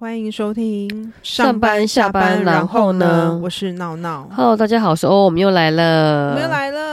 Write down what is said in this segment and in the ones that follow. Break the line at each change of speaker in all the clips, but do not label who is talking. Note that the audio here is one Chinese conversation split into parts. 欢迎收听
上班下班然后呢
我是闹闹，
Hello，大家好，我是欧，我们又来了，
我们又，来了。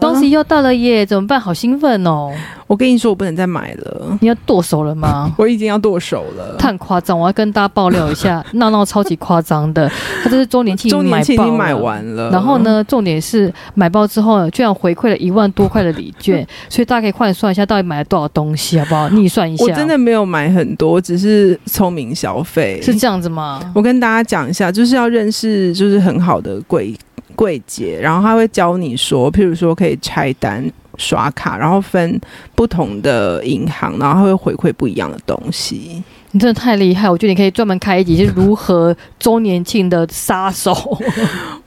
双十一又到了耶，怎么办？好兴奋哦！
我跟你说，我不能再买了，？
你要剁手了吗
我已经要剁手了。
太夸张！我要跟大家爆料一 下，闹闹超级夸张的，他这是周年庆已
周
经买
年庆已
爆
经买
了。
完了，
然后？呢，重点是买爆之后呢，居然回馈了一万多块的礼 券，所以大家可以换算一下到底买了多少东西，好不好？逆算一下，
我真的没有买很多，我只是聪明消费。
是这样子吗？
我跟大家讲一下，就是要认识就是很好的柜柜姐，然后她会教你说，譬如说可以拆单、刷卡，然后分不同的银行，然后她会回馈不一样的东西。
你真的太厉害，我觉得你可以专门开一集，是如何周年庆的 杀手，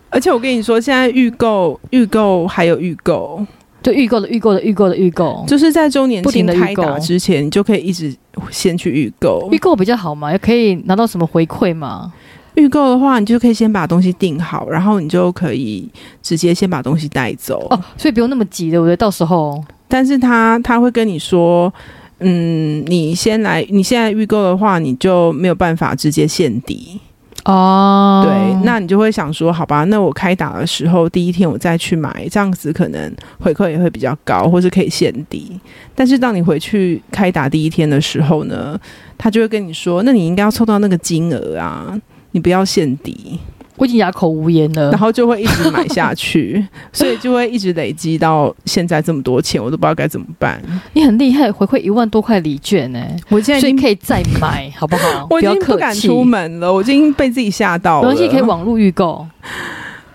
而且我跟你说，现在预购、预购还有预购，
就预购的预购的预购的预购，
就是在周年
不
庆
停地预
开打
购
之前，你就可以一直先去预购
预。购比较好嘛，也可以拿到什么回馈嘛？
预购的话，你就可以先把东西订好，然后你就可以直接先把东西带走。
哦，所以不用那么急，对不对？到时候
但是他他会跟你说，嗯，你先来，你现在预购的话，你就没有办法直接现抵。
哦，
对，那你就会想说，好吧，那我开打的时候第一天我再去买，这样子可能回馈也会比较高，或是可以现抵。但是当你回去开打第一天的时候呢，他就会跟你说，那你应该要凑到那个金额啊，你不要现抵，
我已经哑口无言了
然。后就会一直买下 去，所以就会一直累积到现在这么多钱，我都不知道该怎么办。
你很厉害，回馈一万多块礼券呢、
我现在
所
已
以
经
可以再 买，好不好？
我已
要
经不
客
敢
气。
出门了，我已经被自己吓到了。
东西可以网络预购，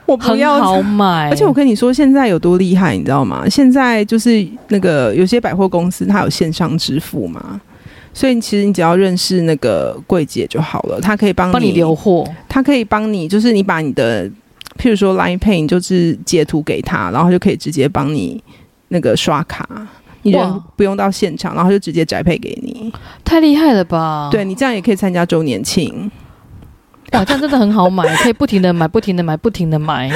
我不
很
要
好买。
而且我跟你说，现在有多厉害，你知道吗？现在就是那个有些百货公司它有线上支付嘛，所以其实你只要认识那个柜姐就好了，她可以帮
帮你留货，
她可以帮你，就是你把你的，譬如说 Line Pay，你就是截图给她，然后就可以直接帮你那个刷卡。你人
哇
不用到现场，然后就直接宅配给你。
太厉害了吧？
对，你这样也可以参加周年庆。
哇，这样真的很 好买，可以不停的买，不停的买，不停的买。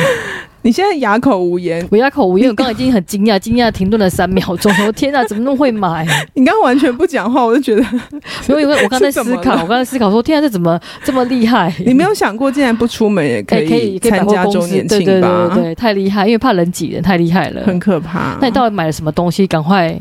你现在哑口无言，
我哑口 无言，我刚刚已经很惊讶，惊讶停顿了三秒钟。我天啊哪，怎么那么会买？
你刚刚完全不讲话，我就觉得
所以我我刚才
是
思
怎么
考，
了
我刚才思考说，天啊，这怎么这么厉害？
你没有想过，竟然不出门也可
哎可
以
以可以百
参
货
加
公
周
司，对
年
对对
庆吧
对？对，太厉害，因为怕人挤人，太厉害了。
很可怕。
那你到底买了什么东西？赶快，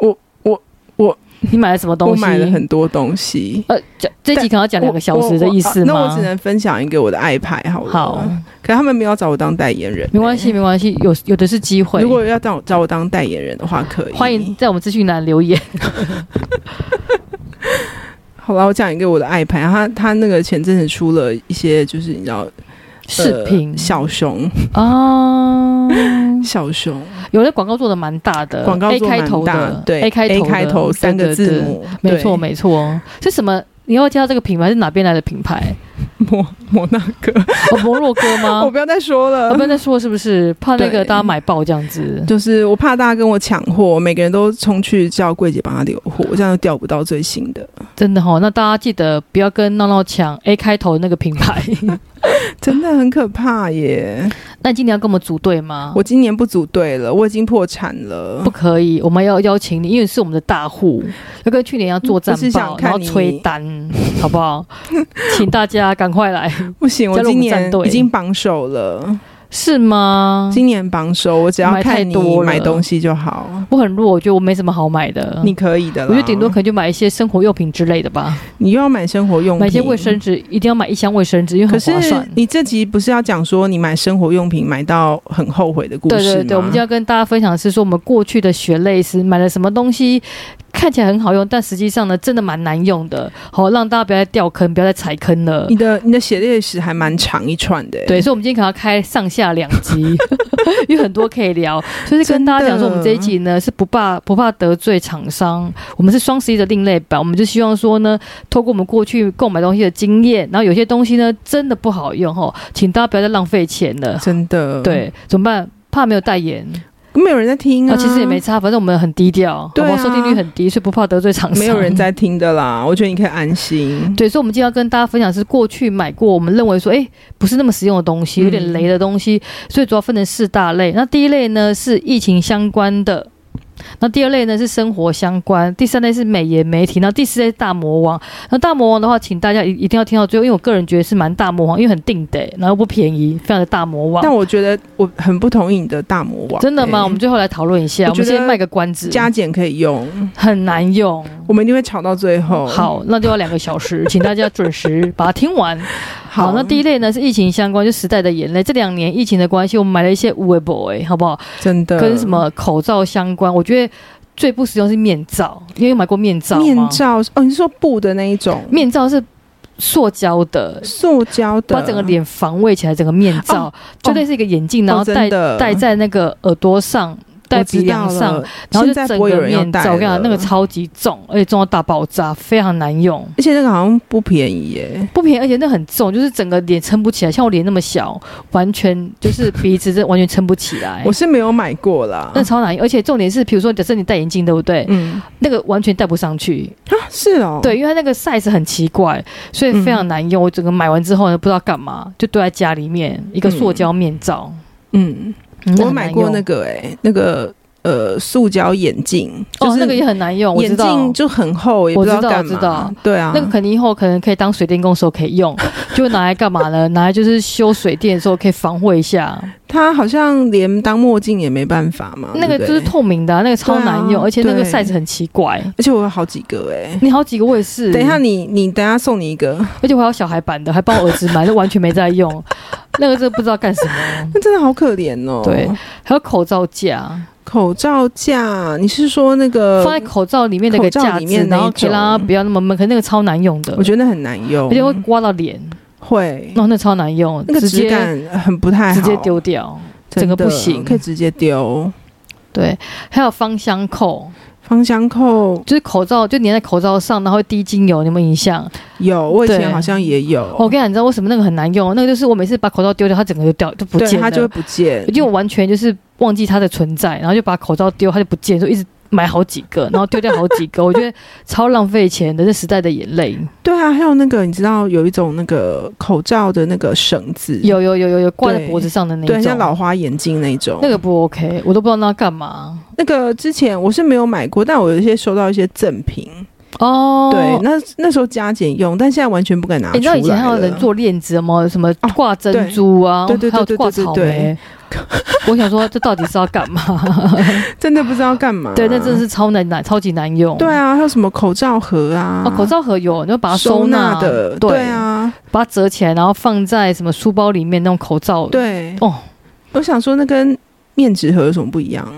我我我，
你买了什么东
我
西？
买了很多东西，
呃，这这一集可能要讲两个小时的意思
我
吗？
我啊那我只能嗯分享一个我的爱牌好了。
好，
可他们没有找我当代言人，
没关系，。没关系，有有的是机会
如。果要找找我当代言人的话，可以。
欢迎。在我们资讯栏留 言。
好了，我讲一个我的爱牌，他他那个前阵子出了一些，就是你知道
视频
呃小 熊，
哦，
小熊
有的广告做的蛮大的，
广告
呃 A
做
开
蛮
头
大
的，，
对
A 开头的
开头三个
对对
字
对
母，
没错，
对
没错，是什么？你要介绍这个品牌是哪边来的品牌？
摩摩纳哥，
哦，摩洛哥吗
我？不要再说了
我。哦不要再说是不是？怕那
对
个大家买爆这样子。
就是我怕大家跟我抢货，每个人都冲去叫柜姐帮他留货，
啊
这样就调不到最新的。
真的哈、哦，那大家记得不要跟闹闹抢 A 开头的那个品牌。
真的很可怕耶！
那你今年要跟我们组队吗？
我今年不组队了，我已经破产了
啊不。可以，我们要邀请你，因为你是我们的大户，要跟去年要做战
我是想
报，
看
然后
你
催单，好 不好？请大家赶快来，
不行，我
加入我
今
们
年
战队
已经榜首了，
是吗？
今年榜首，我只要
买太
看你
多了
买东西就好。
我很弱，我觉得我没什么好买的。
你可以的啦，
我觉得顶多可能就买一些生活用品之类的吧，
你又要买生活用品，
买一些卫生。纸，一定要买一箱卫生纸，因为
可
很
是
划算。
你这集不是要讲说你买生活用品买到很后悔的故事
对
吗？
对对，我们就要跟大家分享的是说，我们过去的学类是买了什么东西，看起来很好用，但实际上呢，真的蛮难用的。好，让大家不要再掉坑，不要再踩坑了
你。的你的血泪史还蛮长一串的耶。
对，所以我们今天可能要开上下两集， 因为很多可以聊。所以是跟大家讲说，我们这一集呢是不怕不怕得罪厂商，我们是双十一的另类版，我们就希望说呢，透过我们过去购买东西的经验，然后有些东西呢真的不好用哦，请大家不要再浪费钱了。
真的，
对，怎么办？怕没有代言
没有人在听啊，
啊，其实也没差，反正我们很低调，
对啊
好不好收听率很低，所以不怕得罪厂商。
没有人。在听的 啦。我觉得你可以安心。
对，所以，我们今天要跟大家分享是过去买过我们认为说，哎，不是那么实用的东西，
嗯
有点雷的东西，所以主要分成四大类。那第一类呢是疫情相关的，那第二类呢是生活相关，第三类是美颜媒体，然后第四类是大魔王。那大魔王的话，请大家一一定要听到最后，因为我个人觉得是蛮大魔王，因为很定的、然后又不便宜，非常的大魔王。
但我觉得我很不同意你的大魔王，
真的吗？
欸
我们最后来讨论一下，
我
我们
觉得
先卖个关子，
加减可以用，
很难用。
我们一定会吵到最后。
嗯好，那就要两个小时，请大家准时把它听 完。好，那第一类呢是疫情相关，就时代的眼泪。这两年疫情的关系，我们买了一些无为 boy，好不好？
真的
跟什么口罩相关，我觉得最不实用是面罩。你有买过面罩吗？
面罩哦，你是说布的那一种，
面罩是塑胶的，
塑胶的，
把整个脸防卫起来，整个面罩、
哦
就类似一个眼镜，然后
哦
戴
真的
戴在那个耳朵上，戴
我知
鼻梁
道
上，
了，
然后
现
就
在
整
不会有
个
人要
面
戴
罩，我跟你
了
讲，那个超级重，而且重到大爆炸，非常难用。
而且那个好像不便宜耶，。
不便宜，而且那很重，就是整个脸撑不起来。像我脸那么小，完全就是鼻子这完全撑不起来
我是没有买过啦
哎那。超难用，而且重点是，比如说，假设你戴眼镜，对不对？
嗯，
那个完全戴不上去，
啊，是哦，
对，因为它那个 size 很奇怪，所以非常难用。我整个买完之后呢，不知道干嘛，就丢在家里面一个塑胶面罩。
嗯，
嗯
我买过那
个，
个哎，那个呃，塑胶眼镜，就
哦，
是
那个也很难用，我知
眼
道。
镜就很厚，也不
我知道
干
我知道
嘛。对啊，
那个可能以后可能可以当水电工的时候可以用，就拿来干嘛呢？拿来就是修水电的时候可以防护一下。
它好像连当墨镜也没办法嘛。
那个
对
就
不对
是透明的啊、那个超难
对
用，
啊
而且那个
对
size 很奇怪。
而且我有好几个哎。
你好几个我也 是，
等一下你，你等一下送你一个，
而且我还有小孩版的，还帮我儿子买，就完全没在 用。那个真的不知道干什么。
那真的好可怜哦。
对，还有口罩架，
口罩架，你是说那个
放在口罩里面的一个
呃口
架
罩
子
里面，那
然
一种
后可以让它不要那么闷，可是那个超难用的，
我觉得那很难用，
而且会刮到脸，
会
那那超难用，
那个
直
质
接
感很不太好，
直接丢掉。
真
整个
的
不行
可以直接丢。
对，还有芳香扣，
芳香扣
就是口罩就粘在口罩上，然后会滴精油，你有没有印象？
有，我以
对哦
前好像也有，
我跟你讲，你知道为什么那个很难用？那个就是我每次把口罩丢掉，它整个就掉就不
对
见了，
它就会不见，
因为我完全就是忘记它的存在，然后就把口罩丢，它就不见，就一直。买好几 个，然后丢掉好几个，我觉得超浪费钱的，这时代的眼 泪。
对啊，还有那个你知道有一种那个口罩的那个绳子，
有有有有有挂在
对
脖子上的那
对，
一
像
种，
老花眼镜那种。
那个不 OK，我都不知道那干嘛。
那个之前我是没有买过，但我有一些收到一些赠品，
哦，
对，那那时候加减用，但现在完全不敢拿
诶你知道以
出
前
来
还有人
了
做链子吗？什么
哦
挂珍珠啊，
对对对
还有
对对
挂
对
草
对
莓。我想说，这到底是 要干嘛？
真的不知道干嘛。
对，那真的是超难难，超级难用。
对。啊，还有什么口罩盒啊？
哦，口罩盒有，你就把它
收
纳
的，
对
对，啊，
把它折起来，然后放在什么书包里面那种口罩，，
对。
哦，
我想说，那跟面纸盒有什么不一样？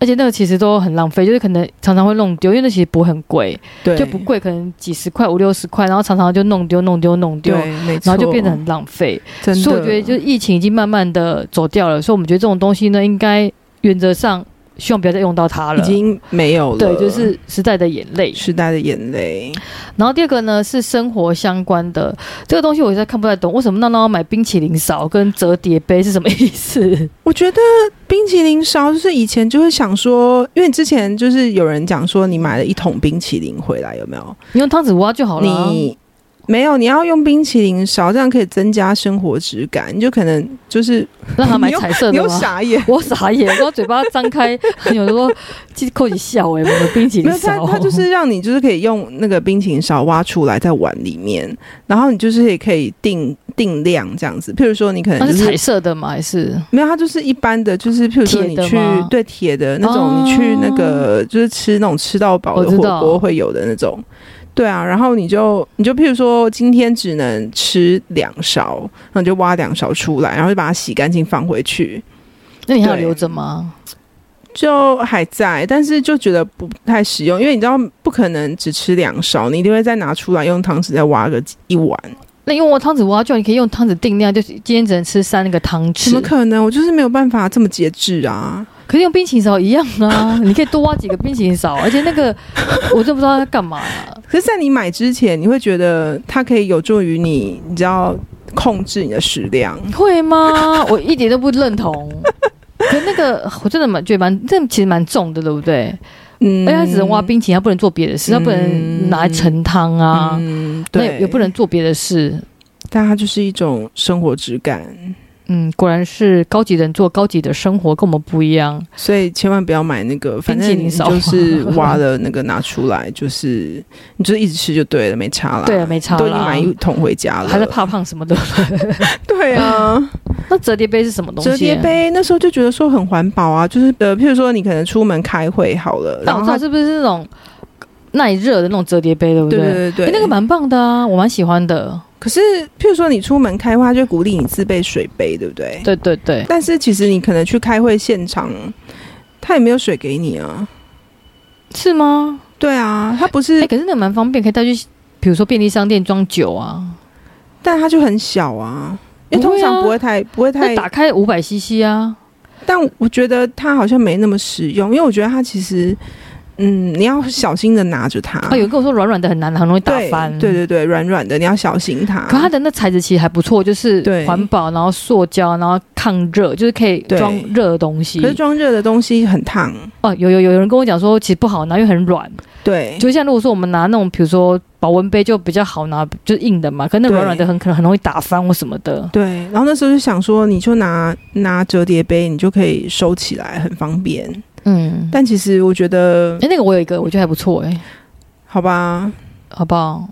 而且那个其实都很浪费，就是可能常常会弄丢，因为那其实不会很贵，
对，
就不贵，可能几十块、五六十块，然后常常就弄丢、弄丢、弄丢
对，，没错，
然后就变得很浪费。
真的。
所以我觉得，就是疫情已经慢慢的走掉了，所以我们觉得这种东西呢，应该原则上希望不要再用到它了。
已经没有了，
对，就是时代的眼泪。
时代的眼泪。
然后第二个呢是生活相关的，这个东西我实在看不太懂，为什么闹闹要买冰淇淋勺跟折叠杯是什么意 思？
我觉得冰淇淋烧就是以前就会想说，因为之前就是有人讲说，你买了一桶冰淇淋回来，有没有？
你用汤匙挖就好了啊。
你没有，你要用冰淇淋勺，这样可以增加生活质感。你就可能就是
让他买彩色
你
的
又
吗？
傻眼，
我傻眼，我嘴巴张开， 有时候其实扣你笑哎、我们 冰淇
没
淋
有它
勺，
它就是让你就是可以用那个冰淇淋勺挖出来在碗里面，然后你就是也可以定定量这样子。譬如说你可能
那
就是是
彩色的吗？还是
没有，它就是一般的，就是譬如说你
铁的
去
吗
对铁的那种，
哦
你去那个就是吃那种吃到饱的
我知
火
道
锅会有的那种。对啊，然后你就你就譬如说今天只能吃两勺，那你就挖两勺出来，然后就把它洗干净放回去，
那你还要
对
留着吗？
就还在，但是就觉得不太实用，因为你知道不可能只吃两勺，你一定会再拿出来用汤匙再挖个几一碗，
那用我汤匙挖就好你可以用汤匙定量，就是今天只能吃三个汤
怎么
匙。
可能？我就是没有办法这么节制啊！
可是用冰淇淋勺一样 啊，你可以多挖几个冰淇淋勺，而且那个我真不知道它干嘛、
可是，在你买之前，你会觉得它可以有助于你，你知道控制你的食量。
会吗？我一点都不认同。可那个我真的蛮觉得蛮，这其实蛮重的，对不对？
嗯
而哎且它只能挖冰淇淋，它不能做别的事，它不能拿来盛汤啊，
嗯，
那
对，
也也不能做别的事。
但它就是一种生活质感。
嗯，果然是高级人做高级的生活，跟我们不一样。
所以千万不要买那个，反
冰淇淋
正
烧
就是挖了那个拿出来，就是你就是一直吃就对了，没差啦。
对啊，没差
都已经
啦
买。一桶回家了。
还在怕胖什么的，
对 啊，
那折叠杯是什么东西？啊
折叠，杯那时候就觉得说很环保啊，就是呃，譬如说你可能出门开会好了，然
但我
后
知道
它
是不是那种耐热的那种折叠杯，对不
对
对
对对对，
诶那个蛮棒的啊，我蛮喜欢的。
可是譬如说你出门开会，它就鼓励你自备水杯，对不对？
对对对，
但是其实你可能去开会现场，他也没有水给你啊。
是吗？
对啊，他不
哎、
是，
可是那个蛮方便，可以带去，比如说便利商店装酒啊，
但他就很小啊。因为
不会
通
啊
常不会太不会太
那打开五百 CC 啊，
但我觉得它好像没那么实用，因为我觉得它其实，嗯，你要小心的拿着它。
啊，有人跟我说软软的很难，很容易打
对
翻。
对。对对，软软的，你要小心它。
可它的那材质其实还不错，就是
对
环保，然后塑胶，然后抗热，就是可以
对
装热的东西
可。是装热的东西很烫，
哦，有有有人跟我讲说，其实不好拿，因为很软。
对，
就像如果说我们拿那种，比如说保温杯就比较好拿，就是硬的嘛。可是那
对
软软的很可能很容易打翻或什么的。
对。然后那时候就想说，你就拿拿折叠杯，你就可以收起来，很方便。
嗯，
但其实我觉得
哎、，那个我有一个，我觉得还不错、诶，哎，
好吧，
好不好？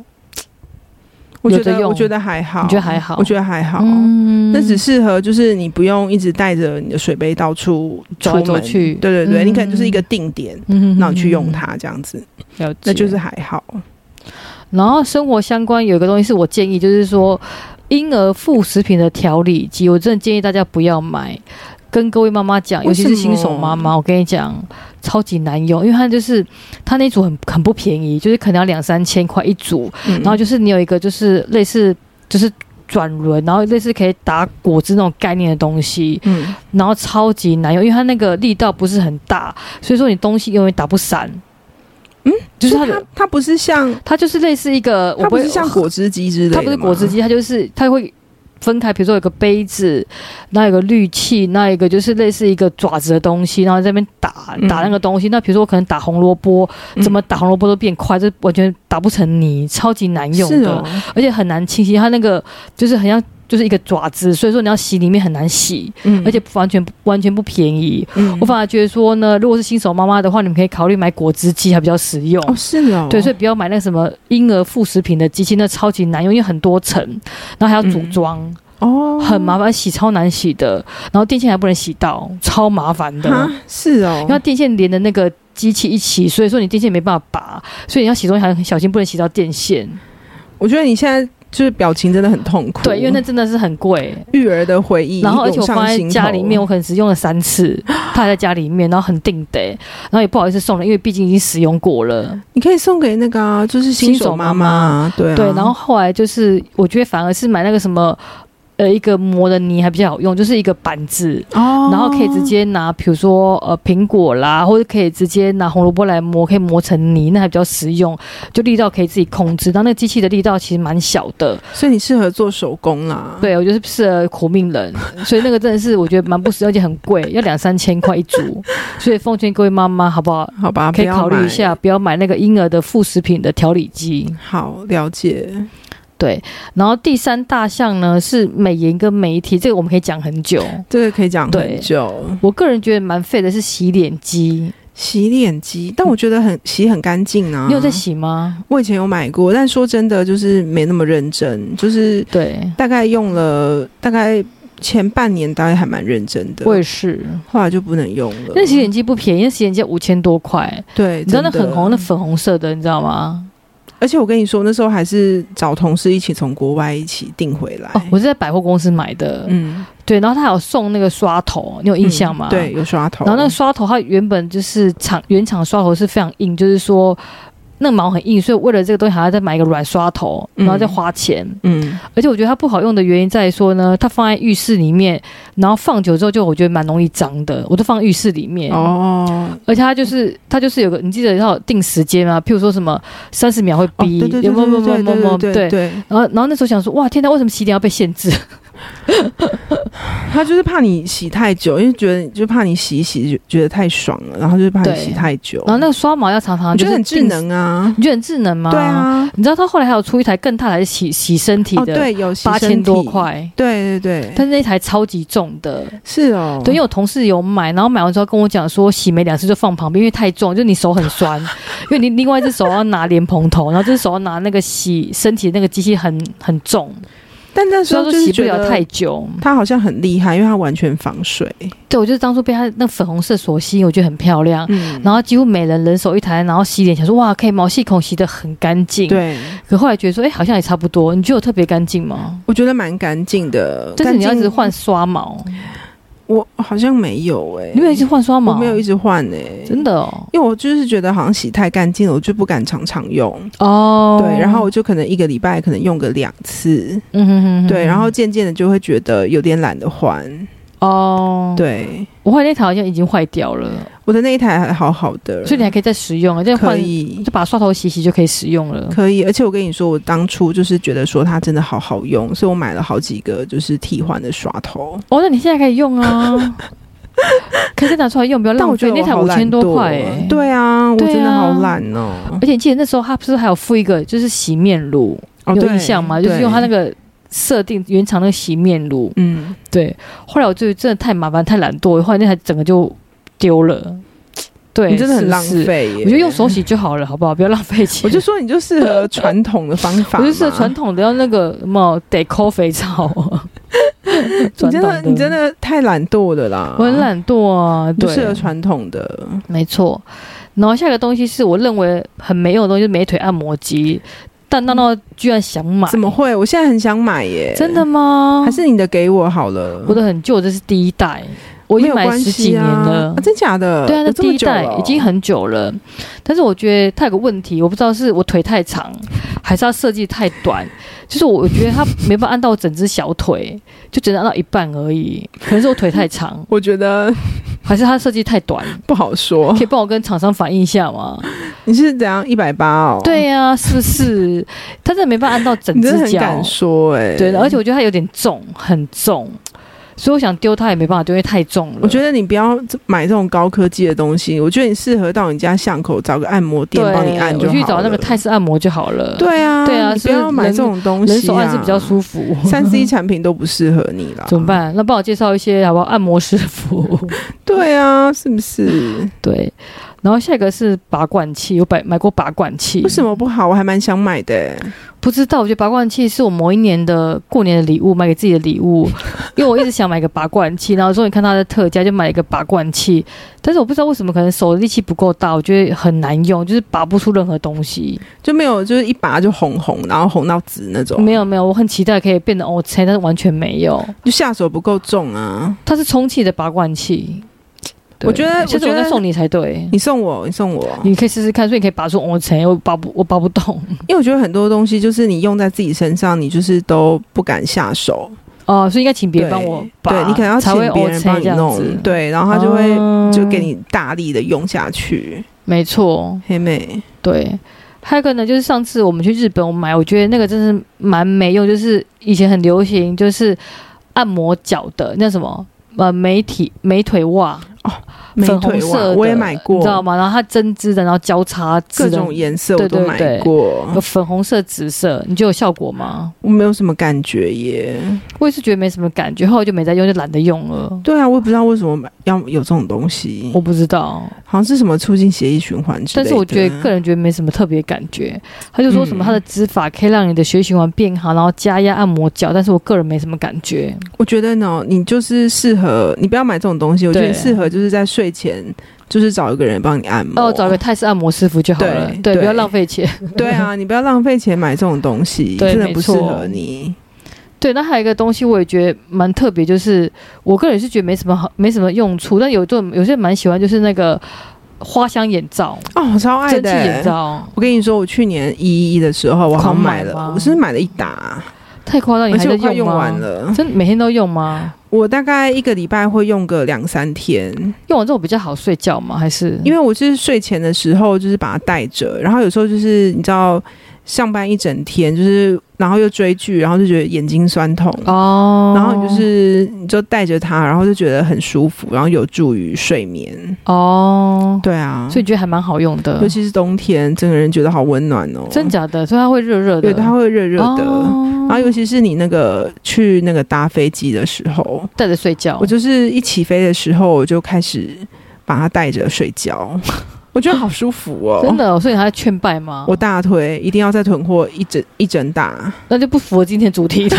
我觉
有得
得
用
我觉得还好，
你觉得还好
我觉得还好。
嗯
那只适合就是你不用一直带着你的水杯到处
走来
出
走
门
去
对对对，
嗯
你可能就是一个定点，
嗯
那你去用，它这样子，
了解
那就是还好。
然后生活相关有一个东西是我建议，就是说婴儿副食品的调理机，我真的建议大家不要买。跟各位妈妈讲，尤
为什
其
么
是新手妈妈，我跟你讲，超级难用，因为它就是它那组很很不便宜，就是可能要两三千块一组，
嗯
然后就是你有一个就是类似就是转轮，然后类似可以打果汁那种概念的东西，
嗯，
然后超级难用，因为它那个力道不是很大，所以说你东西永远打不散。
嗯，
就是
所
它
以
的
它它不是像
它就是类似一个，我
它不
会
是 像果汁机之类的吗，
它不是果汁机，它就是它会分开，比如说有个杯子，那有个滤器，那一个就是类似一个爪子的东西，然后在那边打
嗯
打那个东西。那比如说我可能打红萝卜，
嗯，
怎么打红萝卜都变快，这完全打不成泥，超级难用
是
的，
哦，
而且很难清洗。它那个就是很像。就是一个爪子，所以说你要洗里面很难洗，
嗯
而且完全完全不便宜。
嗯
我反而觉得说呢，如果是新手妈妈的话，你们可以考虑买果汁机，还比较实用。
哦是哦，
对，所以不要买那个什么婴儿副食品的机器，那超级难用，因为很多层，然后还要组装，
哦
很麻烦，洗超难洗的，然后电线还不能洗到，超麻烦的。
哈是哦
因为，它电线连的那个机器一起，所以说你电线没办法拔，所以你要洗东西还很小心，不能洗到电线。
我觉得你现在就是表情真的很痛苦，
对，因为那真的是很贵。
育儿的回忆，
然后，而且我放在家里面，我
涌上心头，
可能只用了三次，它还在家里面，然后很定得，然后也不好意思送人，因为毕竟已经使用过了。
你可以送给那个啊就是新手妈妈啊，对啊
对，然后后来就是我觉得反而是买那个什么。呃，一个磨的泥还比较好用，就是一个板子，
哦，
然后可以直接拿，比如说呃苹果啦，或者可以直接拿红萝卜来磨，可以磨成泥，那还比较实用，就力道可以自己控制。但那个机器的力道其实蛮小的，
所以你适合做手工啦，
对我就是适合苦命人，所以那个真的是我觉得蛮不实用，而且很贵，要两三千块一组。所以奉劝各位妈妈，好不好？
好吧，
可以
不要
考虑一
买
下，啊不要买那个婴儿的副食品的调理机。
好，了解。
对，然后第三大项呢是美颜跟媒体，这个我们可以讲很久。
这个可以讲
对
很久。
我个人觉得蛮废的是洗脸机，
洗脸机，但我觉得很洗很干净啊。
嗯你有在？洗吗？
我以前有买过，但说真的，就是没那么认真，就是
对，
大概用了大概前半年，大概还蛮认真的
我，也是。
后来就不能用了。
那洗脸机不便宜，那洗脸机五千多块，
对，
你知道那
哎真的
很红，那粉红色的，你知道吗？
而且我跟你说，那时候还是找同事一起从国外一起订回来。
哦，我是在百货公司买的，
哎嗯，
对，然后它还有送那个刷头，你有印象吗？
嗯对，。有刷头。
然后那个刷头，它原本就是厂原厂刷头是非常硬，就是说那个毛很硬，所以为了这个东西还要再买一个软刷头，然后再
嗯
花钱。
嗯，
而且我觉得它不好用的原因在于说呢，它放在浴室里面，然后放久之后就我觉得蛮容易脏的，我都放浴室里面。
哦，
而且它就是它就是有个，你记得它有定时间吗？譬如说什么三十秒会
哦
逼，
对对对
有没有
对
没
对哦
有没有没有没有
对对
对。
对，
然后然后那时候想说，哇天哪，为什么洗脸要被限制？
他就是怕你洗太久，因为觉得就怕你洗一洗就觉得太爽了，然后就是怕你
对
洗太久。
然后那个刷毛要常常
我觉
就
得
是
很智
定时，
能啊，
你觉得很智能吗？
对。啊，
你知道他后来还有出一台更大台洗洗身体
哦
的，
对，有洗
八千
身
多
体，
块，
对对对，
但是那台超级重的，
是哦，
对，因为我同事有买，然后买完之后跟我讲说，洗没两次就放旁边，因为太重，就你手 很酸，因为你另外一只手要拿莲蓬头，然后这只手要拿那个洗身体的那个机器很很重，
但那时
所以
候
说
就是
洗不
觉
了
得
太久。
它好像很厉害，因为它完全防水。
对，我就是当初被它那粉红色所吸引，我觉得很漂亮。
嗯，
啊然后几乎每人人手一台，然后洗脸，想说哇，可以毛细孔洗得很干净。，
对，
可后来觉得说，哎、好像也差不多。你觉得我特别干净吗？
我觉得蛮干净的。
但是你要一
干
直
净
换，刷毛，
我好像没有哎、
你没有一直换刷
我
毛？
没有一直换哎、
真的哦。
因为我就是觉得好像洗太干净了，我就不敢常常用。
哦
对，然后我就可能一个礼拜可能用个两次，
嗯哼哼哼
对，然后渐渐的就会觉得有点懒得换。
哦，
对，
我换那台好像已经坏掉了，
我的那一台还好好的，
所以你还可以再使用啊，再
可
换
以
就把刷头洗洗就可以使用了。
可以，而且我跟你说，我当初就是觉得说它真的好好用，所以我买了好几个就是替换的刷头。
哦，那你现在可以用 啊，可以再拿出来用，不要
但
浪
我觉
费。
得
嗯哎那
我好
台五千
懒惰
多
哦
块、欸，。
对啊，我
对啊
真的好懒哦。
而且你记得那时候它不是还有附一个就是洗面乳，
哦，
有
对
印象吗？就是用它那，个设定原厂那个洗面乳。
对嗯，
对，后来我就真的太麻烦太懒惰，后来那台整个就丢了。对，
你真的
是
很
不
浪
是。
费耶。
我觉得用手洗就好了，好不好？不要浪费钱。
我就说你就 适合传统的方法
我
嘛，
就是传统的要那个什么得抠肥皂，啊
你
传
真
统
的你真，的太懒惰了啦，
我很，懒惰啊，
不
对，
适合传统的。
没错。然后下一个东西是我认为很没用的东西，就是美腿按摩机，但闹闹居然想买，
怎么会？我现在很想买耶，
真的吗？
还是你的给我好了，
我的很旧，这是第一代，我已
没
经
有
买
关
十几
系
年
啊
了
啊。真假的？
对啊，那
有这
第
么
一
久了哦
代已经很久了，但是我觉得它有个问题，我不知道是我腿太长， 还是它设计太短，就是我觉得它没办法按到我整只小腿，就只能按到一半而已。可能是我腿 太长，
我觉得
还是它设计太短，
不好说
可。以帮我跟厂商反映一下吗？
你是怎样一百八哦？，
对呀、是不是？它真的没办法按到整
你
只
真的很
脚
敢，说哎。
对，而且我觉得它有点重，很重。所以我想丢它也没办法丢，因为太重了。
我觉得你不要买这种高科技的东西，我觉得你适合到你家巷口找个按摩店
对
帮你按就
我
好
去找那个
了
泰式按摩就好了。
对啊，
对啊
你
是
不要买
人
这种东西、啊，
人手按是比较舒服。
三 C 产品都不适合你啦。
怎么？办？那帮我介绍一些好不好？按摩师 傅，
对啊，是不 是？
对。然后下一个是拔罐器，有买买过拔罐器，
为什么不好？我还蛮想买的、
不知道？我觉得拔罐器是我某一年的过年的礼物，买给自己的礼 物，因为我一直想买个拔罐器，然后终于看到它的特价，就买了一个拔罐器。但是我不知道为什么，可能手的力气不够大，我觉得很难用，就是拔不出任何东西。
就没有就是一拔就红红，然后红到紫那种，
没有没有，我很期待可以变得哦 OK，但是完全没有。
就下手不够重啊。
它是充气的拔罐器，对
我觉得
下次我
我觉
再
得
送你才对。
你送我，你送我，
你可以试试看，所以你可以拔出 O 层，我拔不我拔不动
因为我觉得很多东西就是你用在自己身上，你就是都不敢下手。
哦、所以应该请别人帮我拔，
对你可能要
才
请
会
别
O
人
层
帮你
这样子
弄，，对，然后他就会、
哦
就给，你大力的用下去。
没错，
黑妹，
对。还有一个呢，就是上次我们去日本，我买，我觉得那个真是蛮没用，就是以前很流行，就是按摩脚的那什么呃美体美腿袜，
美
粉红
腿袜
色的
我也买过，
你知道吗？然后它针织的，然后交叉织
各
的，
种颜色
对
我都
对
买
对
过，
有粉红色、紫色，你觉得有效果吗？
我没有什么感觉耶。
我也是觉得没什么感觉，后来就没再用，就懒得用了。
对啊，我也不知道为什么买要有这种东西，
我不知道，
好像是什么促进血液循环之类
但
的。
是我觉得个人觉得没什么特别感觉。他就说什么
嗯
他的指法可以让你的血液循环变好，然后加压按摩脚，但是我个人没什么感觉。
我觉得呢，你就是适合，你不要买这种东西。我觉得
对
你适合就是在睡前，就是找一个人帮你按摩。
哦，找一个泰式按摩师傅就好了，
对
对，
对
不要浪费钱。
对 啊，你不要浪费钱买这种东西，
对
真的
没
不适
错
合你。
对，那还有一个东西，我也觉得蛮特别，就是我个人是觉得没什么好，没什么用处，但有种有些人蛮喜欢，就是那个花香眼罩、
哦，我超爱
蒸汽
的、
眼罩，
我跟你说，我去年一一的时候，我好像买
狂买
了，
吗
我是买了一打，
太夸张，你
而
还
且
在
我快用
吗？
完了。
真的每天都用吗？
我大概一个礼拜会用个两三天，
用完之后比较好睡觉吗？还是
因为我是睡前的时候就是把它带着，然后有时候就是你知道上班一整天，就是然后又追剧，然后就觉得眼睛酸痛，
哦，
然后你就是你就带着它，然后就觉得很舒服，然后有助于睡眠。
哦，
对啊，
所以你觉得还蛮好用的
尤，其是冬天，整个人觉得好温暖哦。
真假的？所以它会热热的，
对，它会热热的。
哦
然后，尤其是你那个去那个搭飞机的时候，
带着睡觉
我，就是一起飞的时候，我就开始把它带着睡觉，我觉得好舒服哦。
真，的哦，所以你还在劝败吗？
我大腿一定要再囤货一整一整打，
那就不符合今天主题 了，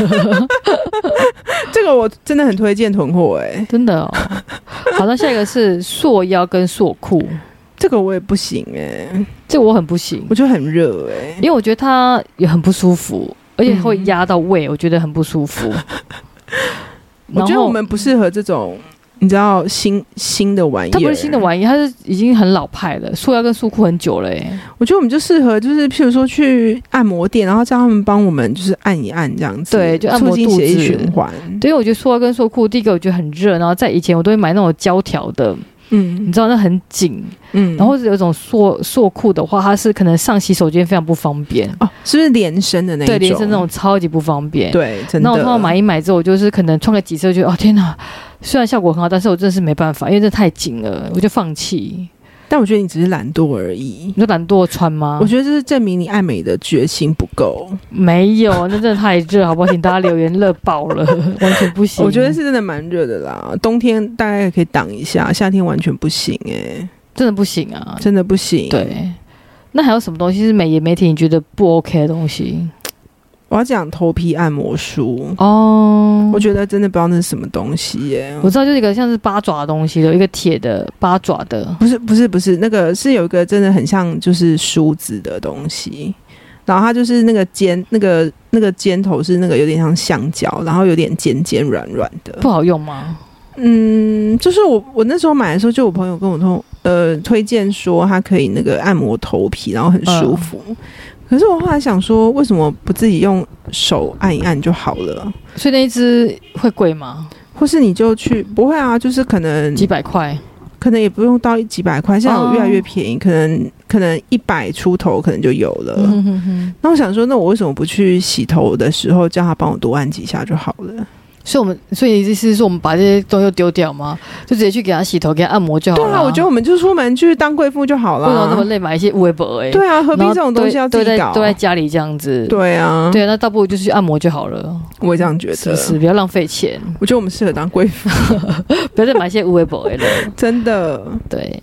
这个我真的很推荐囤货哎、
真的哦。好，那下一个是塑腰跟塑裤，
这个我也不行哎、
这我很不行，
我觉得很热哎、
因为我觉得它也很不舒服，而且会压到胃，我觉得很不舒服。
嗯 我觉
然
得
后
我们不适合这种你知道新新的玩意儿，
它不是新的玩意，它是已经很老派了，塑腰跟塑裤很久了、欸，
我觉得我们就适合，就是譬如说去按摩店，然后叫他们帮我们就是按一按这样子，
对就按摩
促进血
肚
液
子
循环。
对，因为我觉得塑腰跟塑裤，第一个我觉得很热，然后在以前我都会买那种胶条的，你
嗯
知道那很紧，
嗯
然后有一种塑塑裤的话，它是可能上洗手间非常不方便，
哦，是不是连身的那一
对，
种？
连身那种超级不方便。
对，真的。
那我通常买一买之后，我就是可能穿个几次，我觉得哦天哪，虽然效果很好，但是我真的是没办法，因为这太紧了，我就放弃。
但我觉得你只是懒惰而已
你。说懒惰穿吗
我？觉得这是证明你爱美的决心不够。
没有，那真的太热，好不好？请大家留言，热爆 了，完全不行。
我觉得是真的蛮热的啦，冬天大概可以挡一下，夏天完全不行哎、
真的不行啊。
真的不行。，
对，那还有什么东西是美颜媒体你觉得不 OK 的东西？
我要讲头皮按摩梳，
哦，
我觉得真的不知道那是什么东西耶、
我知道就是一个像是八爪的东西的，一个铁的八爪的，
不是不是不是，那个是有一个真的很像就是梳子的东西，然后它就是那个尖那个那个尖头是那个有点像橡胶，然后有点尖尖软软的。
不好用吗？
嗯，就是我我那时候买的时候，就我朋友跟我说，呃，推荐说它可以那个按摩头皮，然后很舒服。可是我后来想说，为什么不自己用手按一按就好了？
所以那一只会贵吗？
或是你就去不会啊，就是可能
几百块？
可能也不用到几百块，现在有
哦
越来越便宜，可能可能一百出头可能就有了。
嗯哼哼哼。
那我想说，那我为什么不去洗头的时候叫他帮我多按几下就好了？
所以我们，所以意思是说，我们把这些东西都丢掉吗？就直接去给他洗头，给他按摩就好
对
了。啊
啊，我觉得我们就出门去当贵妇就好
不能这么
了。
累，买一些微博哎。
对啊，何
然后
必
都，
这种东西要自
都
己
在
搞？
都在家里这样子。
对啊，
对，那倒不如就去按摩就好了，
我也这样觉
是不
得。
是？不要浪费钱，
我觉得我们适合当贵妇，
不要再买一些微博了。
真的。
对。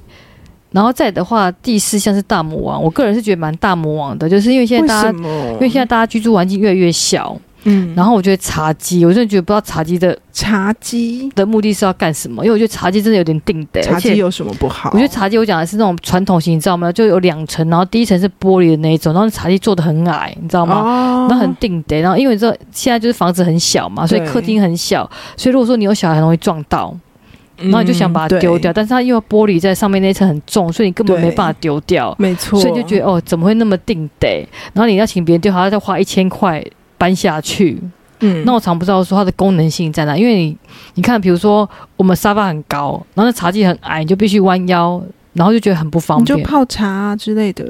然后再的话，第四项是大魔王，我个人是觉得蛮大魔王的，就是因为现在
为
大
什
家，
么？
因为现在大家居住环境越来越小，
嗯，
然后我觉得茶几，我真的觉得不知道茶几的
茶几，
的目的是要干什么，因为我觉得茶几真的有点定的，
茶
而且
几有什么不好？
我觉得茶几我讲的是那种传统型，你知道吗？就有两层，然后第一层是玻璃的那一种，然后茶几做的很矮，你知道吗？
哦
那很定的，然后因为你知道现在就是房子很小嘛，所以
对
客厅很小，所以如果说你有小孩很容易撞到，然后你就想把它丢掉，，
嗯
但是它因为玻璃在上面那一层很重，所以你根本
对
没办法丢掉
对，没错，
所以就觉得哦怎么会那么定的？然后你要请别人丢，还要再花一千块搬下去，
嗯
那我常不知道说它的功能性在哪，因为你你看，比如说我们沙发很高，然后那茶几很矮，你就必须弯腰，然后就觉得很不方
你就
便。
泡茶啊之类的，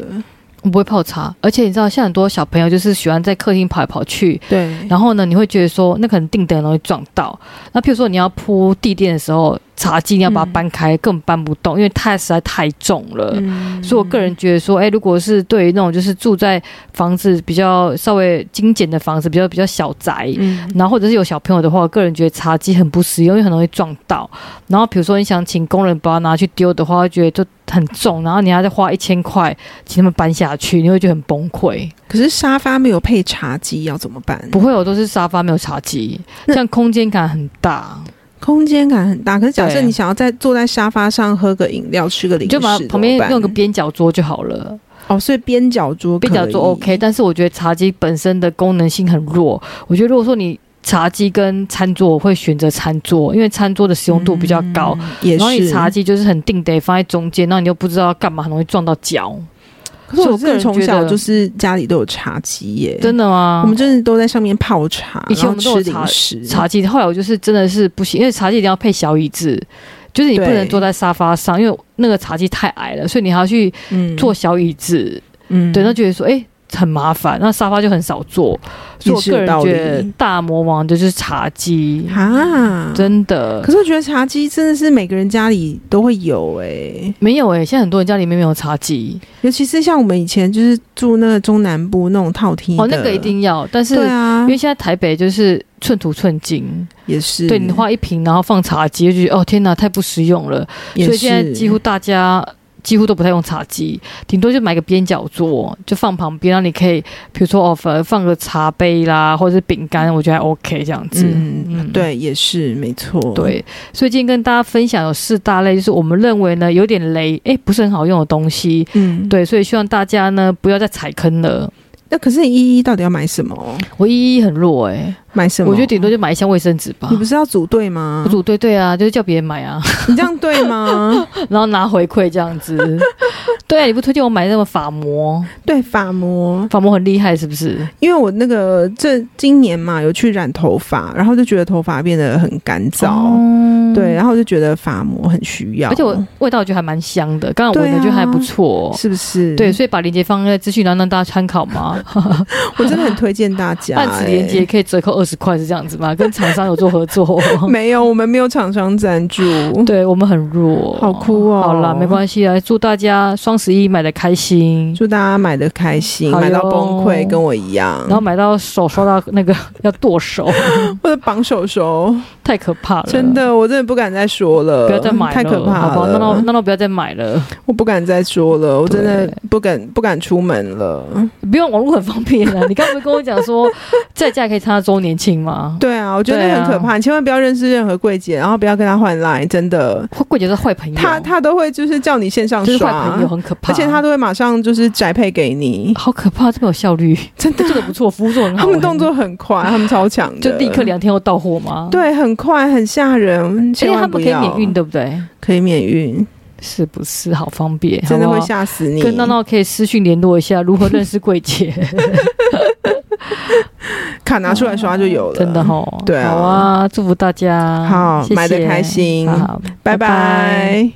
我不会泡茶，而且你知道，像很多小朋友就是喜欢在客厅跑来跑去，
对，
然后呢，你会觉得说那可能定灯容易撞到。那譬如说你要铺地垫的时候，茶几你要把它搬开，根本搬不动，因为它实在太重了。
嗯
呃所以，我个人觉得说，哎、如果是对于那种就是住在房子比较稍微精简的房子，比较比较小宅，
嗯
然后或者是有小朋友的话，我个人觉得茶几很不实用，因为很容易撞到。然后比如说你想请工人把它拿去丢的话，会觉得就很重，然后你还要再花一千块请他们搬下去，你会觉得很崩溃。
可是沙发没有配茶几要怎么办？
不会，我哦都是沙发没有茶几，这样空间感很大。
空间感很大。可是假设
对啊
你想要在坐在沙发上喝个饮料、吃个
你
零食，
就把旁
怎
边
么办
弄个边角桌就好了，
哦，所以边角桌可以
边角桌 OK。但是我觉得茶几本身的功能性很弱，我觉得如果说你茶几跟餐桌，我会选择餐桌，因为餐桌的使用度比较高。
嗯也
然后你
是
茶几就是很定得放在中间，然后你又不知道要干嘛，很容易撞到脚。
可是
所以
我
我个
真的
人
从
觉
小
得
就是家里都有茶几耶，
真的吗？
我们真的都在上面泡茶，
以前我们
然
都
后
有
吃
茶
零食。
茶几，后来我就是真的是不行，因为茶几一定要配小椅子，就是你不
对
能坐在沙发上，因为那个茶几太矮了，所以你还要去
嗯
做小椅子。
嗯
对，那觉得说，哎、很麻烦，那沙发就很少坐。所以我
也是
个
有
人
道理
觉得大魔王就是茶几，
啊，
真的
可是我觉得茶几真的是每个人家里都会有哎、
没有哎、现在很多人家里面没有茶几
尤其是像我们以前就是住那个中南部那种套厅的，
哦，那个一定要，但是
对啊
因，为现在台北就是寸土寸金，
也是
对你花一瓶然后放茶几，就觉得哦天哪，太不实用了。
也
所以现在
是
几乎大家几乎都不太用茶几，顶多就买个边角桌，就放旁边，让你可以，比如说哦，反而放个茶杯啦，或者是饼干，我觉得还 OK 这样子。
嗯对，也是没错，，
对，所以今天跟大家分享有四大类，就是我们认为呢有点雷，哎，不是很好用的东西。
嗯，
对，所以希望大家呢不要再踩坑了。
那可是你一一到底要买什么？
我一一很弱哎、
买什么？
我觉得顶多就买一箱卫生纸吧
你。不是要组队吗
不？组对对啊，就是叫别人买啊，
你这样对 吗？
然后拿回馈这样子。 对啊，你不推荐我买那个法膜？
对发膜，
法膜很厉害是不是？
因为我那个这今年嘛有去染头发，然后就觉得头发变得很干燥，
哦
对，，然后我就觉得发膜很需要，
而且我味道觉得还蛮香的，刚刚闻的
对啊
觉得还不错。
是不是？
对，所以把链接放在资讯栏让大家参考 嘛。
我真的很推荐大家、
按此链接
欸。
可以折扣二十块，是这样子 吗？跟厂商有做合作？
没有，我们没有厂商赞助。
哦对我们很弱，
好酷哦
好啦，没关系啊，祝大家双十一买的开心，
祝大家买的开心，
好哟
买到崩溃，跟我一样。
然后买到手刷到那个 要剁手，
我的绑手手，
太可怕了，
真。的，我真的不敢再说了，
不要再买了，
太可怕
好吧？
了。
那那那那不要再买了，
我不敢再说了，我真的
对
不敢不敢出门了。
不用网络很方便 啊。你刚不是跟我讲说，在家也可以参加周年庆吗？
对啊，我觉得
对
那
啊
很可怕，你千万不要认识任何柜姐，然后不要跟她换 line，真的，
会柜姐是坏朋友，
她她都会就是叫你线上
就是坏
刷
嗯朋友，，很可怕，
啊而且她都会马上就是宅配给你，
好可怕，这么有效率，
真的
这，个不错，服务做得很好，
他们动作很快，他们超强的，
就立刻两天后到货吗？，
对，很快，很吓人，
因
千
为哦哎他
万
们
不
可以
要
免运，对不对？
可以免运，
是不是好方便？
真的
好
会
不好
吓死你。
啊跟闹闹可以私讯联络一下，如何认识柜姐？
卡拿出来刷就有了，
真的哦，
对啊
好啊，祝福大家，
好
谢谢
买得开心
好
拜拜